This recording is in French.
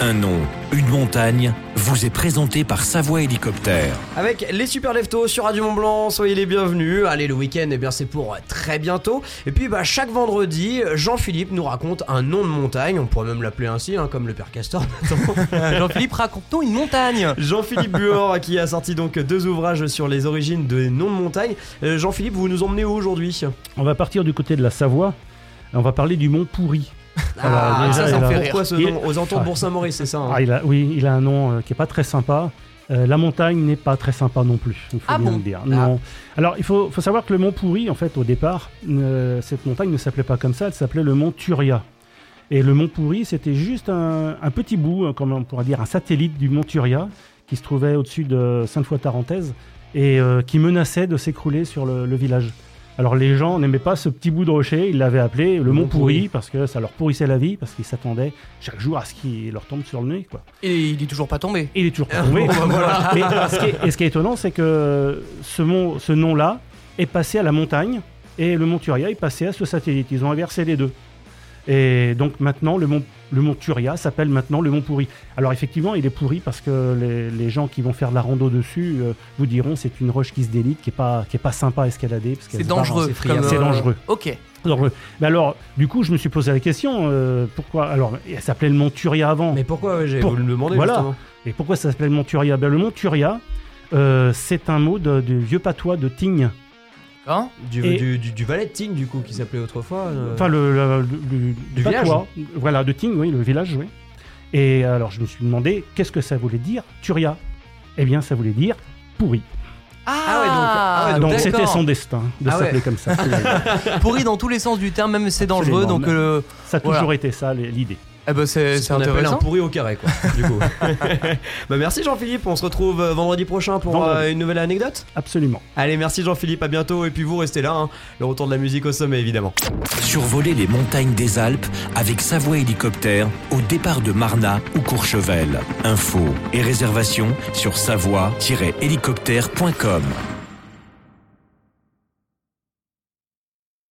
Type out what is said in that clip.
Un nom, une montagne, vous est présenté par Savoie Hélicoptère. Avec les super leftos sur Radio Mont Blanc, soyez les bienvenus. Allez, le week-end, eh bien, c'est pour très bientôt. Et puis, bah, chaque vendredi, Jean-Philippe nous raconte un nom de montagne. On pourrait même l'appeler ainsi, hein, comme le père Castor. Euh, Jean-Philippe, raconte-t-on une montagne Jean-Philippe Buor, qui a sorti donc deux ouvrages sur les origines des noms de montagne. Euh, Jean-Philippe, vous nous emmenez où aujourd'hui On va partir du côté de la Savoie. On va parler du Mont Pourri. Ah, Alors, bah, déjà, ça, ça il me a- fait rire. Pourquoi ce il- nom Aux entours de Bourg-Saint-Maurice, c'est ça hein Ah, il a- oui, il a un nom euh, qui est pas très sympa. Euh, la montagne n'est pas très sympa non plus, il faut Ah bien bon le dire. Non. Alors, il faut, faut savoir que le mont Pourri, en fait, au départ, euh, cette montagne ne s'appelait pas comme ça, elle s'appelait le mont Turia. Et le mont Pourri, c'était juste un, un petit bout, euh, comme on pourrait dire, un satellite du mont Turia, qui se trouvait au-dessus de Sainte-Foy-Tarentaise et euh, qui menaçait de s'écrouler sur le, le village. Alors, les gens n'aimaient pas ce petit bout de rocher, ils l'avaient appelé le mont Pourri parce que ça leur pourrissait la vie, parce qu'ils s'attendaient chaque jour à ce qu'il leur tombe sur le nez, quoi. Et il est toujours pas tombé. Et il est toujours pas tombé. Mais, euh, ce qui est, et ce qui est étonnant, c'est que ce, mont- ce nom-là est passé à la montagne et le mont Turia est passé à ce satellite. Ils ont inversé les deux. Et donc maintenant, le mont, le mont Turia s'appelle maintenant le mont Pourri. Alors effectivement, il est pourri parce que les, les gens qui vont faire de la rando dessus euh, vous diront c'est une roche qui se délite, qui est pas, qui est pas sympa à escalader. parce qu'elle C'est se barre en- dangereux. c'est comme, euh, friable. C'est dangereux. Ok. Alors, euh, mais alors, du coup, je me suis posé la question euh, pourquoi Alors, elle s'appelait le mont Turia avant. Mais pourquoi ouais, J'ai Pour- voulu me demander Voilà. justement. Et pourquoi ça s'appelle Monturia ben, Le Monturia, euh, c'est un mot de- du vieux patois de Tignes. Hein Du, Et- du, du, du valet de Tignes, du coup, qui s'appelait autrefois. euh, Enfin, le, le- le- le- Du patois, Voilà, de Tignes, oui, le village, oui. Et alors, je me suis demandé, qu'est-ce que ça voulait dire, Turia Eh bien, ça voulait dire pourri. ouais, donc- ah ouais, Donc, c'était d'accord. son destin de Ah ouais. s'appeler comme ça. C'est- pourri dans tous les sens du terme, même c'est dangereux. Absolument. Donc, euh, ça a Voilà. toujours été ça, les- l'idée. eh ben, c'est ce c'est qu'on appelle intéressant. un pourri au carré, quoi. Du coup. bah, merci Jean-Philippe. On se retrouve euh, vendredi prochain pour Vendredi. euh, une nouvelle anecdote. Absolument. Allez, merci Jean-Philippe. À bientôt. Et puis vous restez là. hein. Le retour de la musique au sommet, évidemment. Survoler les montagnes des Alpes avec Savoie Hélicoptère au départ de Marna ou Courchevel. Infos et réservations sur savoie-hélicoptère.com.